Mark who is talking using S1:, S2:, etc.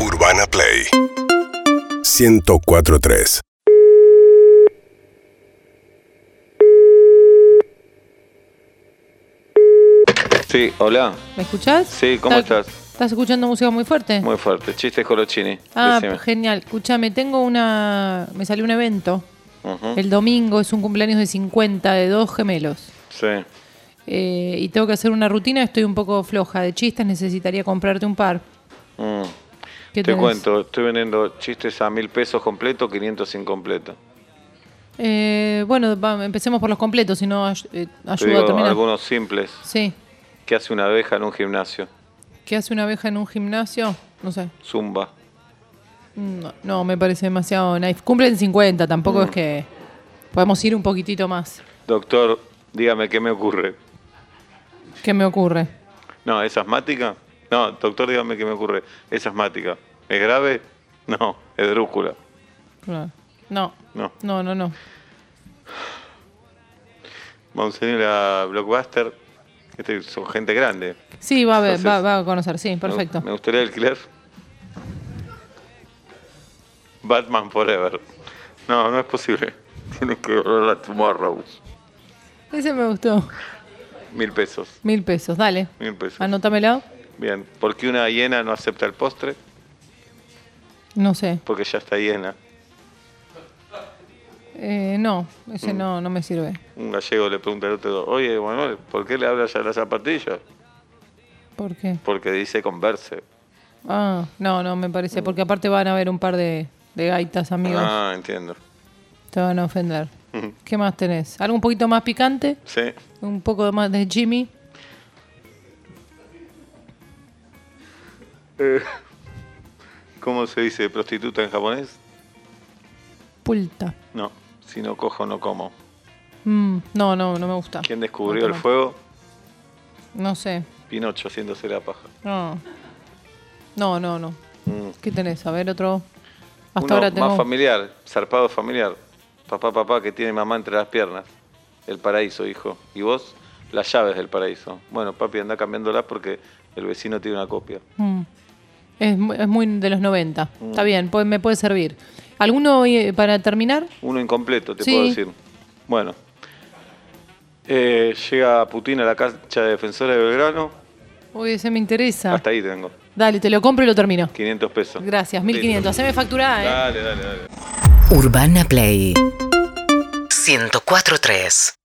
S1: Urbana Play 1043
S2: Sí, hola.
S3: ¿Me escuchás?
S2: Sí, ¿cómo
S3: ¿Estás-
S2: estás?
S3: ¿Estás escuchando música muy fuerte?
S2: Muy fuerte. Chistes Colochini.
S3: ah,
S2: Decime.
S3: genial. Escúchame, tengo una. Me salió un evento.
S2: Ujú.
S3: El domingo es un cumpleaños de 50 de dos gemelos.
S2: Sí.
S3: Eh, y tengo que hacer una rutina, estoy un poco floja de chistes, necesitaría comprarte un par.
S2: Mm.
S3: ¿Qué
S2: Te
S3: tenés?
S2: cuento, estoy vendiendo chistes a mil pesos completo, 500 incompleto.
S3: Eh, bueno, va, empecemos por los completos, si no ay- eh,
S2: Te
S3: ayuda a
S2: digo
S3: terminar.
S2: algunos simples.
S3: Sí.
S2: ¿Qué hace una abeja en un gimnasio?
S3: ¿Qué hace una abeja en un gimnasio? No sé.
S2: Zumba.
S3: No, no, me parece demasiado nice. Cumplen 50,
S2: Mm.
S3: tampoco es que. Podemos ir un poquitito más.
S2: Doctor, dígame qué me ocurre.
S3: ¿Qué me ocurre?
S2: No, ¿es asmática? No, doctor, dígame qué me ocurre. Es asmática. ¿Es grave? No, es drúcula.
S3: Claro. No.
S2: No.
S3: No, no, no.
S2: Monseñora Blockbuster. Este, son gente grande.
S3: Sí, va a, ver, va,
S2: Entonces-
S3: va a conocer, sí, perfecto.
S2: Me, me gustaría alquilar. Batman Forever. No, no es posible. Tienes que volver a Tomorrow.
S3: Ese me gustó.
S2: Mil pesos.
S3: Mil pesos, dale.
S2: Mil
S3: Ah,
S2: pesos.
S3: Anótamelo.
S2: Bien. ¿Por qué una hiena no acepta el postre?
S3: No sé.
S2: Porque ya está hiena.
S3: Eh, no,
S2: Mm.
S3: ese no, no me sirve.
S2: Un gallego le pregunta al otro, oye, Manuel, ¿por qué le hablas a las zapatillas?
S3: ¿Por qué?
S2: Porque dice converse.
S3: Ah, no, no me parece. Porque aparte van a haber un par de, de gaitas, amigos.
S2: Ah, entiendo.
S3: Te van a ofender. ¿Qué más tenés? ¿Algo un poquito más picante?
S2: Sí.
S3: ¿Un poco más de Jimmy?
S2: ¿Cómo se dice prostituta en japonés?
S3: Pulta.
S2: No. Si no cojo, no como.
S3: Mm, no, no, no me gusta.
S2: ¿Quién descubrió
S3: No,
S2: el
S3: no.
S2: fuego?
S3: No sé.
S2: Pinocho haciéndose la paja.
S3: No. No, no, no.
S2: Mm.
S3: ¿Qué tenés? A ver, otro. Hasta
S2: Uno
S3: ahora tengo.
S2: más familiar, zarpado familiar. Papá, papá, que tiene mamá entre las piernas. El paraíso, hijo. Y vos, las llaves del paraíso. Bueno, papi, anda cambiándolas porque el vecino tiene una copia.
S3: Mm. Es, mu- es muy de los 90.
S2: Mm.
S3: Está bien, puede- me puede servir. ¿Alguno eh, para terminar?
S2: Uno incompleto, te
S3: Sí.
S2: puedo decir. Bueno. Eh, llega Putin a la cancha de defensores de Belgrano.
S3: Uy, ese me interesa.
S2: Hasta ahí tengo.
S3: Dale, te lo compro y lo termino.
S2: 500 pesos.
S3: Gracias,
S2: Listo.
S3: 1500. Haceme facturada, eh.
S2: Dale, dale, dale.
S4: Urbana Play 1043